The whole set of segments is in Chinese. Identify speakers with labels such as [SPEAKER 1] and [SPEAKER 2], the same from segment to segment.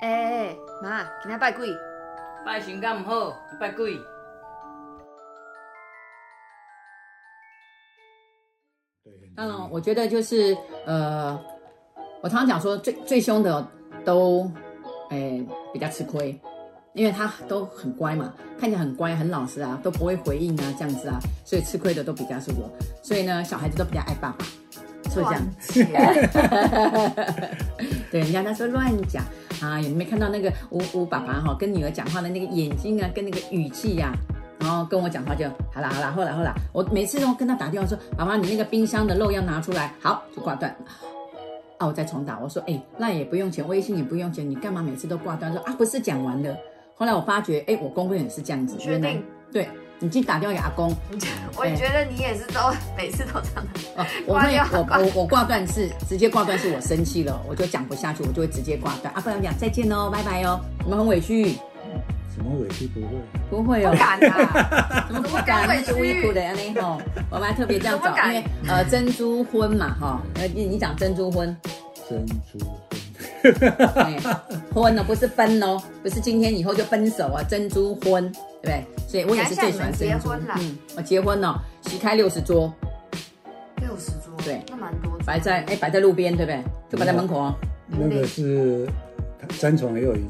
[SPEAKER 1] 哎、欸，妈，今仔拜鬼，
[SPEAKER 2] 拜神敢毋好，拜鬼。
[SPEAKER 3] 嗯，我觉得就是呃，我常常讲说最最凶的都，哎、比较吃亏，因为他都很乖嘛，看起来很乖很老实啊，都不会回应啊这样子啊，所以吃亏的都比较是我，所以呢，小孩子都比较爱爸爸，所以这样。 对，人家他说乱讲啊，有没有看到那个吴吴爸爸哈、跟女儿讲话的那个眼睛啊，跟那个语气呀、然后跟我讲话就好啦好啦后来后来，我每次都跟他打电话说，妈妈你那个冰箱的肉要拿出来，好就挂断。啊，我再重打，我说哎，那也不用钱，微信也不用钱，你干嘛每次都挂断？说啊，不是讲完了。后来我发觉，哎，我公公也是这样子，
[SPEAKER 1] 确
[SPEAKER 3] 原来
[SPEAKER 1] 定？
[SPEAKER 3] 对，你去打电话给阿公，
[SPEAKER 1] 我觉得哦你也是都每次都这样的。
[SPEAKER 3] 哦，我
[SPEAKER 1] 挂
[SPEAKER 3] 会
[SPEAKER 1] 掉
[SPEAKER 3] 我
[SPEAKER 1] 挂
[SPEAKER 3] 我我挂断是直接挂断，是我生气了，我就讲不下去，我就会直接挂断啊，不然讲再见哦，拜拜哦，你们很委屈，
[SPEAKER 4] 什么委屈不会？
[SPEAKER 3] 不 会哦
[SPEAKER 1] 不。 敢啊，
[SPEAKER 3] 怎么
[SPEAKER 1] 怎
[SPEAKER 3] 不
[SPEAKER 1] 么
[SPEAKER 3] 敢
[SPEAKER 1] 敢
[SPEAKER 3] 那
[SPEAKER 1] 委
[SPEAKER 3] 是无一
[SPEAKER 1] 屈
[SPEAKER 3] 苦的安尼吼，我们还特别这样
[SPEAKER 1] 怎
[SPEAKER 3] 找
[SPEAKER 1] 么，敢
[SPEAKER 3] 因为呃珍珠婚嘛哈，呃你你讲珍珠婚，
[SPEAKER 4] 珍珠
[SPEAKER 3] 哎，婚哦不是分哦，不是今天以后就分手啊，珍珠婚对不对？所以我也是最喜欢珍
[SPEAKER 1] 想
[SPEAKER 3] 珠
[SPEAKER 1] 想你们结婚啦，
[SPEAKER 3] 嗯，我结婚哦，席开六十桌，
[SPEAKER 1] 六十桌，
[SPEAKER 3] 对
[SPEAKER 1] 那蛮多桌。
[SPEAKER 3] 摆在哎摆在路边对不对？就摆在门口哦，
[SPEAKER 4] 那个是三重也有一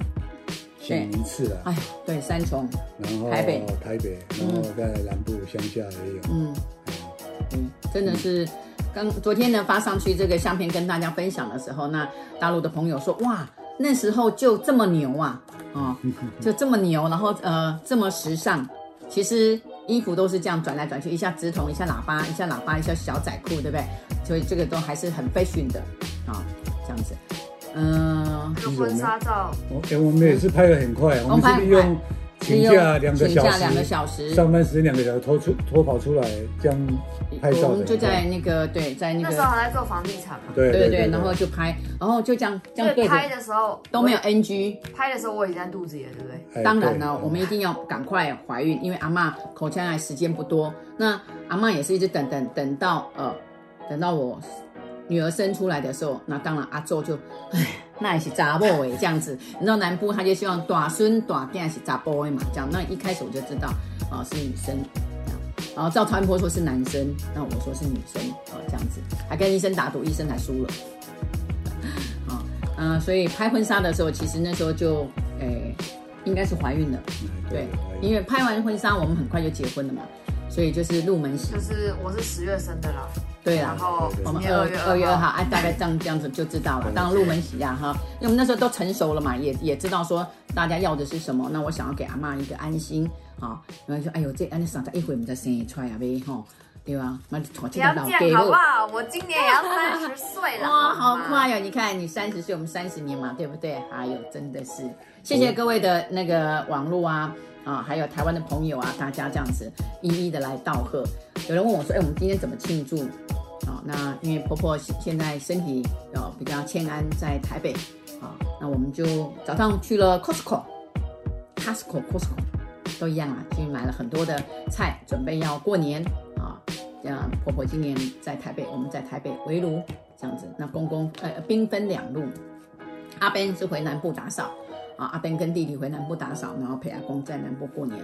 [SPEAKER 4] 请一次了，
[SPEAKER 3] 哎对三重，
[SPEAKER 4] 然后
[SPEAKER 3] 台北
[SPEAKER 4] 台北，然后在南部乡下也有。
[SPEAKER 3] 嗯。嗯，真的是。刚昨天呢发上去这个相片跟大家分享的时候，那大陆的朋友说哇，那时候就这么牛啊， 哦，就这么牛，然后呃这么时尚。其实衣服都是这样转来转去，一下直筒，一下喇叭，一下喇叭，一下小窄裤，对不对？所以这个都还是很 fashion 的啊、这样子。嗯、
[SPEAKER 1] 那个婚纱照，
[SPEAKER 4] 我哎，我们也是拍的很快，啊我
[SPEAKER 3] 我们
[SPEAKER 4] 们
[SPEAKER 3] 哦拍
[SPEAKER 4] 是利用请假两个
[SPEAKER 3] 请
[SPEAKER 4] 小
[SPEAKER 3] 假两个
[SPEAKER 4] 时，
[SPEAKER 3] 小时，
[SPEAKER 4] 上班时间两个小时偷出偷跑出来这样拍
[SPEAKER 3] 我
[SPEAKER 4] 照
[SPEAKER 3] 们
[SPEAKER 4] 的。
[SPEAKER 3] 就在那个对，在那
[SPEAKER 1] 那
[SPEAKER 3] 个
[SPEAKER 1] 时候还在做房地产嘛，
[SPEAKER 4] 对
[SPEAKER 3] 对
[SPEAKER 4] 对
[SPEAKER 3] 对
[SPEAKER 4] 对，
[SPEAKER 3] 对，然后就拍，然后就这样这
[SPEAKER 1] 所
[SPEAKER 3] 样对
[SPEAKER 1] 以
[SPEAKER 3] 着
[SPEAKER 1] 拍的时候
[SPEAKER 3] 都没有 NG。
[SPEAKER 1] 拍的时候我已经在肚子里了，对不对？
[SPEAKER 4] 哎
[SPEAKER 3] 当然了，
[SPEAKER 4] 对
[SPEAKER 3] 我们一定要赶快怀孕，因为阿嬷口腔癌时间不多。那阿嬷也是一直等等等到呃，等到我女儿生出来的时候，那当然阿周就 唉，那也是杂波哎这样子。你知道南部他就希望短孙短店是杂波哎嘛，这样。那一开始我就知道啊、是女生。这样然后赵传波说是男生，哦那我说是女生啊、这样子还跟医生打赌，医生还输了。 啊，嗯、所以拍婚纱的时候，其实那时候就，哎诶、应该是怀孕了，
[SPEAKER 4] 哎
[SPEAKER 3] 对，
[SPEAKER 4] 对
[SPEAKER 3] 因为拍完婚纱，我们很快就结婚了嘛，所以就是入门喜
[SPEAKER 1] 就，是我是十月生的啦，
[SPEAKER 3] 对
[SPEAKER 1] 然
[SPEAKER 3] 啦，
[SPEAKER 1] 后
[SPEAKER 4] 对对对
[SPEAKER 3] 我
[SPEAKER 1] 今
[SPEAKER 3] 们
[SPEAKER 1] 年
[SPEAKER 3] 二
[SPEAKER 1] 二嗯月
[SPEAKER 3] 二月二
[SPEAKER 1] 号
[SPEAKER 3] 号，啊，大概这样这样子就知道了。
[SPEAKER 4] 对
[SPEAKER 3] 当然入门喜呀、哈，因为我们那时候都成熟了嘛，也也知道说大家要的是什么。那我想要给阿妈一个安心啊，然后就说哎呦这安尼三十一岁唔知生得出来啊呗吼，对吧？那就娶
[SPEAKER 1] 不
[SPEAKER 3] 这个
[SPEAKER 1] 要
[SPEAKER 3] 老
[SPEAKER 1] 这
[SPEAKER 3] 家
[SPEAKER 1] 样好
[SPEAKER 3] 了
[SPEAKER 1] 不。好？我今年也要三十岁了，
[SPEAKER 3] 哇，好
[SPEAKER 1] 吗
[SPEAKER 3] 快！哟、哦你看，你三十岁，我们三十年嘛，对不对？哎呦，真的是，谢谢各位的那个网络啊啊，还有台湾的朋友啊，大家这样子一一的来道贺。有人问我说，哎，我们今天怎么庆祝？啊，那因为婆婆现现在身体呃比较欠安，在台北啊，那我们就早上去了 Costco。Costco、Costco 都一样啊，去买了很多的菜，准备要过年啊。呃，婆婆今年在台北，我们在台北围炉这样子。那公公呃兵分两路，阿 Ben 是回南部打扫啊，阿 Ben 跟弟弟回南部打扫，然后陪阿公在南部过年。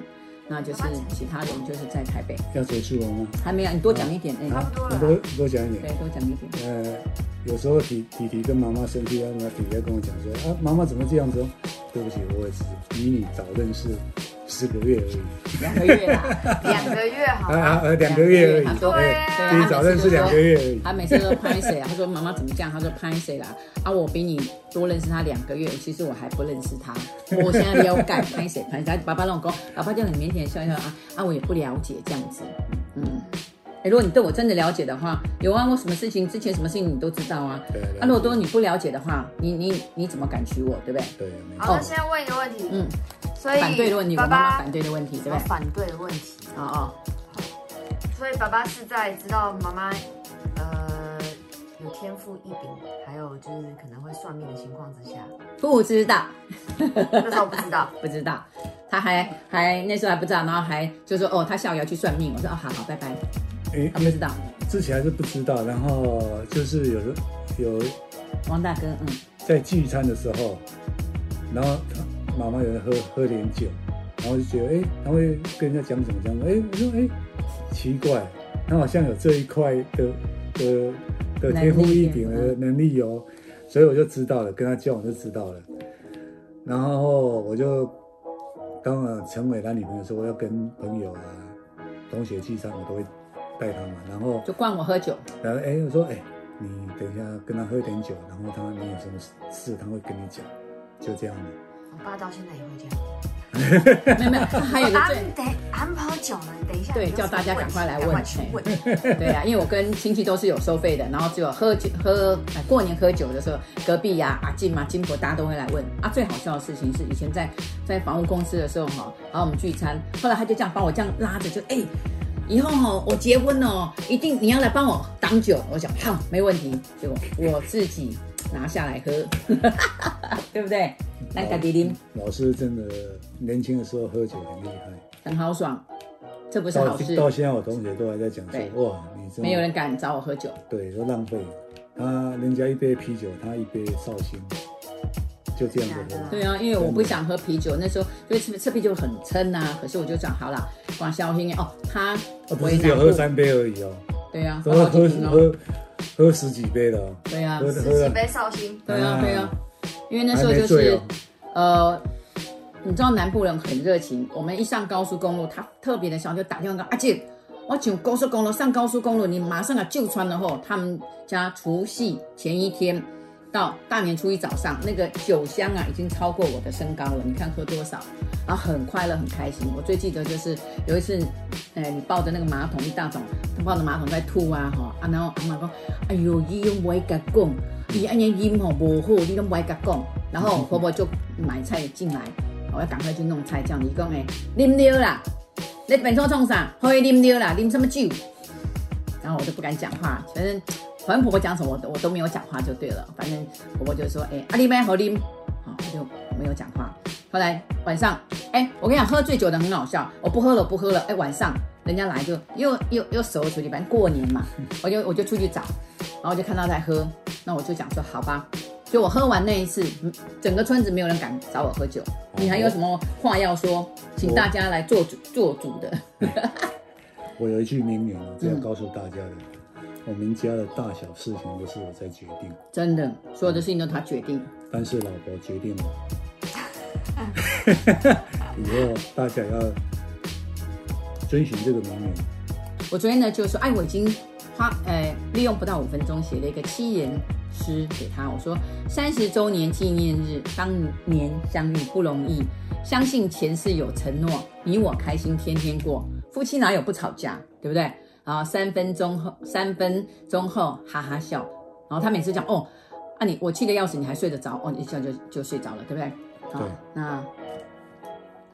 [SPEAKER 3] 那就是其他人就是在台北，
[SPEAKER 4] 要结束了吗？啊
[SPEAKER 3] 还没有你多讲一点哎、
[SPEAKER 1] 差不多
[SPEAKER 4] 我
[SPEAKER 1] 了
[SPEAKER 4] 多多讲一点
[SPEAKER 3] 对。，多讲一点。
[SPEAKER 4] 呃，有时候弟弟弟跟妈妈生气，然后弟弟在跟我讲说啊，妈妈怎么这样子哦？对不起，我也是比你早认识十个月而已，
[SPEAKER 3] 两个月啦，
[SPEAKER 1] 两个月好
[SPEAKER 4] 啊啊
[SPEAKER 1] 吗？
[SPEAKER 4] 呃两个月而
[SPEAKER 3] 他
[SPEAKER 4] 已，
[SPEAKER 3] 说
[SPEAKER 1] 对
[SPEAKER 3] 啊
[SPEAKER 4] 比你早认识两个月而已。
[SPEAKER 3] 他每次都拍谁啊？他说妈妈怎么这样？他说拍谁啦？啊，我比你多认识他两个月，其实我还不认识他，我现在了解拍谁拍谁。爸爸让我讲，爸爸就很腼腆地笑一笑啊啊，我也不了解这样子，嗯。哎，如果你对我真的了解的话，有啊，我什么事情之前什么事情你都知道啊。
[SPEAKER 4] 对
[SPEAKER 3] 啊，如果都你不了解的话，你你你怎么敢娶我，对不对？
[SPEAKER 4] 对，没错
[SPEAKER 3] 啊
[SPEAKER 1] 好，那现在问一个问题，
[SPEAKER 3] 哦嗯，
[SPEAKER 1] 所以
[SPEAKER 3] 反对的问题，我
[SPEAKER 1] 爸
[SPEAKER 3] 妈妈
[SPEAKER 1] 爸
[SPEAKER 3] 反对的问题，
[SPEAKER 1] 什
[SPEAKER 3] 对不
[SPEAKER 1] 么
[SPEAKER 3] 对？
[SPEAKER 1] 反对的问题？
[SPEAKER 3] 哦哦，
[SPEAKER 1] 所以爸爸是在知道妈妈，呃，有天赋异禀，还有就是可能会算命的情况之下，
[SPEAKER 3] 不知道。
[SPEAKER 1] 那时候不知道，
[SPEAKER 3] 不知道，他还还那时候还不知道，然后还就说哦，他下午要去算命。我说哦，好好，拜拜。
[SPEAKER 4] 哎
[SPEAKER 3] 他不知道，
[SPEAKER 4] 之前还是不知道，然后就是有时有
[SPEAKER 3] 王大哥，嗯，
[SPEAKER 4] 在聚餐的时候，然后妈妈有人喝喝点酒，然后就觉得哎、诶他会跟人家讲什么讲什么，哎、我说哎、诶奇怪，他好像有这一块的的的天赋异禀的能力哦，所以我就知道了，跟他交往就知道了，然后我就当我成为他女朋友的时候，我要跟朋友啊、同学聚餐，我都会带他嘛，然后
[SPEAKER 3] 就灌我喝酒，
[SPEAKER 4] 然后哎、我说哎、你等一下跟他喝点酒，然后他你有什么事他会跟你讲，就这样子。
[SPEAKER 1] 我爸到现在也会这样。
[SPEAKER 3] 没有没有，还有一个
[SPEAKER 1] 俺
[SPEAKER 3] 最
[SPEAKER 1] 们等俺们喝酒了，你等一下。
[SPEAKER 3] 对
[SPEAKER 1] 你有
[SPEAKER 3] 叫
[SPEAKER 1] 什么
[SPEAKER 3] 大家
[SPEAKER 1] 问
[SPEAKER 3] 赶
[SPEAKER 1] 题
[SPEAKER 3] 快来
[SPEAKER 1] 赶
[SPEAKER 3] 问
[SPEAKER 1] 快去
[SPEAKER 3] 嘿
[SPEAKER 1] 问。
[SPEAKER 3] 对啊，因为我跟亲戚都是有收费的，然后只有喝酒喝、呃、过年喝酒的时候，隔壁呀、啊、阿进嘛、金婆大家都会来问啊。最好笑的事情是以前在在房屋公司的时候哈，然后我们聚餐，后来他就这样把我这样拉着，就哎、以后哦我结婚哦，一定你要来帮我挡酒。我想好没问题，结果我自己拿下来喝， 对不对？来打迪林，
[SPEAKER 4] 老师真的年轻的时候喝酒很厉害，
[SPEAKER 3] 很豪爽，哦这不是
[SPEAKER 4] 到
[SPEAKER 3] 好事，
[SPEAKER 4] 到现在我同学都还在讲
[SPEAKER 3] 对
[SPEAKER 4] 说，哇，你真的
[SPEAKER 3] 没有人敢找我喝酒。
[SPEAKER 4] 对都浪费了，他人家一杯啤酒，他一杯绍兴，就这样子喝。
[SPEAKER 3] 对啊，因为我不想喝啤酒，那时候因为吃吃啤酒很撑啊。可是我就讲好了，广消兴哦，他
[SPEAKER 4] 啊，不
[SPEAKER 3] 为
[SPEAKER 4] 是只
[SPEAKER 3] 难
[SPEAKER 4] 有喝
[SPEAKER 3] 过，
[SPEAKER 4] 三杯而已哦，
[SPEAKER 3] 对啊，
[SPEAKER 4] 都
[SPEAKER 3] 喝好几
[SPEAKER 4] 喝
[SPEAKER 3] 瓶哦，
[SPEAKER 4] 喝喝十几杯了哦，
[SPEAKER 3] 对啊，
[SPEAKER 4] 喝喝
[SPEAKER 1] 十几
[SPEAKER 4] 了
[SPEAKER 1] 杯绍兴，
[SPEAKER 3] 对啊，对啊，因为那时候
[SPEAKER 4] 还没
[SPEAKER 3] 就
[SPEAKER 4] 醉
[SPEAKER 3] 是
[SPEAKER 4] 哦
[SPEAKER 3] 呃。你知道南部人很热情，我们一上高速公路，他特别的想就打电话跟阿姐，我上高速公路，上高速公路，你马上啊就穿了后，他们家除夕前一天到大年初一早上，那个酒香啊已经超过我的身高了，你看喝多少，然后很快乐很开心。我最记得就是有一次，呃，你抱着那个马桶一大桶，抱着马桶在吐啊吼，啊然后阿妈讲，哎呦，伊拢不爱甲讲，伊安尼音吼无好，你拢不爱甲讲，然后婆婆就买菜进来，我要赶快去弄菜，这样子讲诶，啉尿啦。你本初冲啥？喝一啉尿啦，啉什么酒？然后我就不敢讲话，反正反正婆婆讲什么我都我都没有讲话就对了。反正婆婆就说：“哎、阿丽麦和啉。”好，我就没有讲话。后来晚上，哎、我跟你讲，喝醉酒的很好笑。我不喝了，不喝了。哎、晚上人家来就又又又熟了出去，反正过年嘛，我就我就出去找，然后我就看到在喝，那我就讲说好吧。就我喝完那一次，嗯整个村子没有人敢找我喝酒。你还有什么话要说？请大家来做主做主的。
[SPEAKER 4] 我有一句名言哦，这样告诉大家的：
[SPEAKER 3] 嗯
[SPEAKER 4] 我们家的大小事情都是我在决定，
[SPEAKER 3] 真的，所有的事情都他决定。
[SPEAKER 4] 但是老婆决 定了。以后大家要遵循这个名言。
[SPEAKER 3] 我昨天呢就说，哎，我已经花呃利用不到五分钟写了一个七言诗给他，我说三十周年纪念日，当年相遇不容易，相信前世有承诺，你我开心天天过，夫妻哪有不吵架，对不对？啊，三分钟后，三分钟后哈哈笑，然后他每次讲哦，啊你我气得要死，你还睡得着，哦一下就就睡着了，对不对？好
[SPEAKER 4] 对，
[SPEAKER 3] 那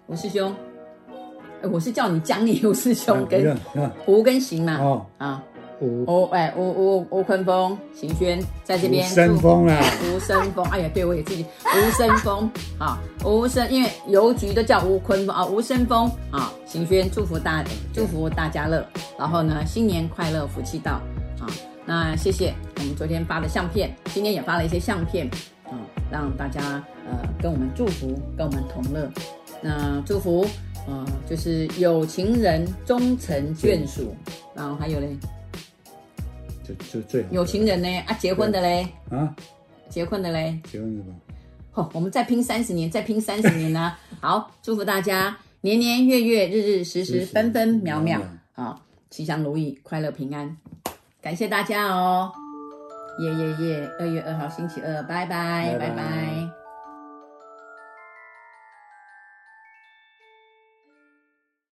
[SPEAKER 3] 我师兄。呃我是叫你讲你吴师兄跟
[SPEAKER 4] 啊你看啊
[SPEAKER 3] 吴跟行嘛，
[SPEAKER 4] 哦，
[SPEAKER 3] 啊，
[SPEAKER 4] 五
[SPEAKER 3] 吴哎吴吴吴坤峰、邢轩在这
[SPEAKER 4] 五
[SPEAKER 3] 边
[SPEAKER 4] 三
[SPEAKER 3] 祝
[SPEAKER 4] 风啦，
[SPEAKER 3] 吴森峰，哎呀，对我也自己吴森峰啊，吴森，因为邮局都叫吴坤峰啊，吴森峰啊，行轩祝福大祝福大家乐，然后呢，新年快乐，福气到啊，那谢谢我们昨天发的相片，今天也发了一些相片啊，让大家呃跟我们祝福，跟我们同乐，那祝福呃就是有情人终成眷属，然后还有嘞
[SPEAKER 4] 就就最好的
[SPEAKER 3] 有情人呢啊结婚的嘞，
[SPEAKER 4] 啊，
[SPEAKER 3] 结婚的嘞。
[SPEAKER 4] 结婚了吗？
[SPEAKER 3] 哦，我们再拼三十年，再拼三十年呢、 好，祝福大家年年月月、日日时时、
[SPEAKER 4] 时时
[SPEAKER 3] 分分秒
[SPEAKER 4] 秒
[SPEAKER 3] 秒
[SPEAKER 4] 秒，
[SPEAKER 3] 好，吉祥如意，快乐平安，感谢大家哦！耶耶耶！二月二号星期二，拜拜
[SPEAKER 4] 拜拜
[SPEAKER 3] 拜拜